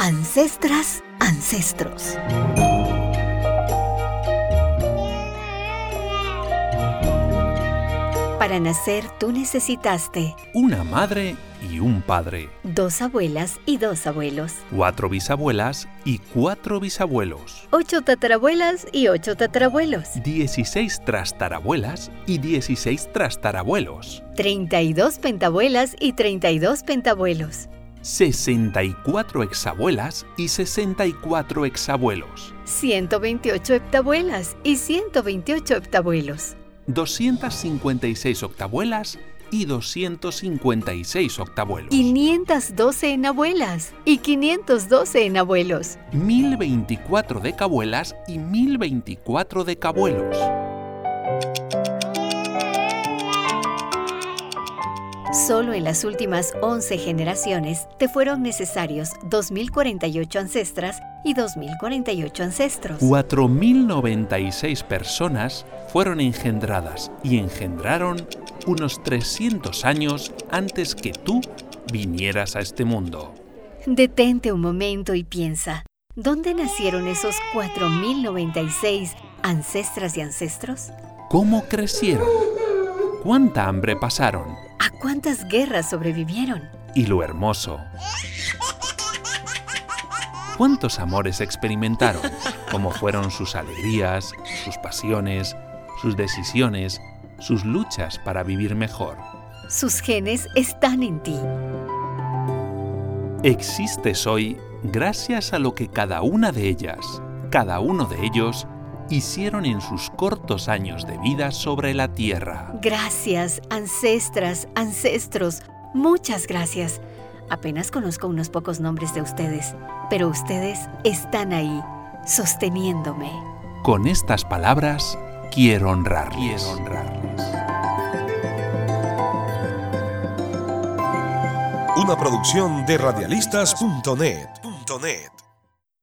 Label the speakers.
Speaker 1: ancestras, ancestros. Para nacer tú necesitaste
Speaker 2: Una madre y un padre.
Speaker 1: dos abuelas y dos abuelos,
Speaker 2: Cuatro bisabuelas y cuatro bisabuelos.
Speaker 1: ocho tatarabuelas y ocho tatarabuelos,
Speaker 2: 16 trastarabuelas y 16 trastarabuelos.
Speaker 1: 32 pentabuelas y 32 pentabuelos,
Speaker 2: 64 exabuelas y 64 exabuelos.
Speaker 1: 128 heptabuelas y 128 heptabuelos,
Speaker 2: 256 octabuelas y 256 octabuelos.
Speaker 1: 512 enabuelas y 512 enabuelos,
Speaker 2: 1024 decabuelas y 1024 decabuelos.
Speaker 1: Solo en las últimas 11 generaciones te fueron necesarios 2048 ancestras y 2048 ancestros.
Speaker 2: 4.096 personas fueron engendradas y engendraron unos 300 años antes que tú vinieras a este mundo.
Speaker 1: Detente un momento y piensa, ¿dónde nacieron esos 4096 ancestras y ancestros?
Speaker 2: ¿Cómo crecieron? ¿Cuánta hambre pasaron?
Speaker 1: ¿A cuántas guerras sobrevivieron?
Speaker 2: Y lo hermoso. ¿Cuántos amores experimentaron? ¿Cómo fueron sus alegrías, sus pasiones, sus decisiones, sus luchas para vivir mejor?
Speaker 1: Sus genes están en ti.
Speaker 2: Existes hoy gracias a lo que cada una de ellas, cada uno de ellos, hicieron en sus cortos años de vida sobre la Tierra.
Speaker 1: Gracias, ancestras, ancestros, muchas gracias. Apenas conozco unos pocos nombres de ustedes, pero ustedes están ahí, sosteniéndome.
Speaker 2: Con estas palabras, quiero honrarles.
Speaker 3: Una producción de radialistas.net. .net.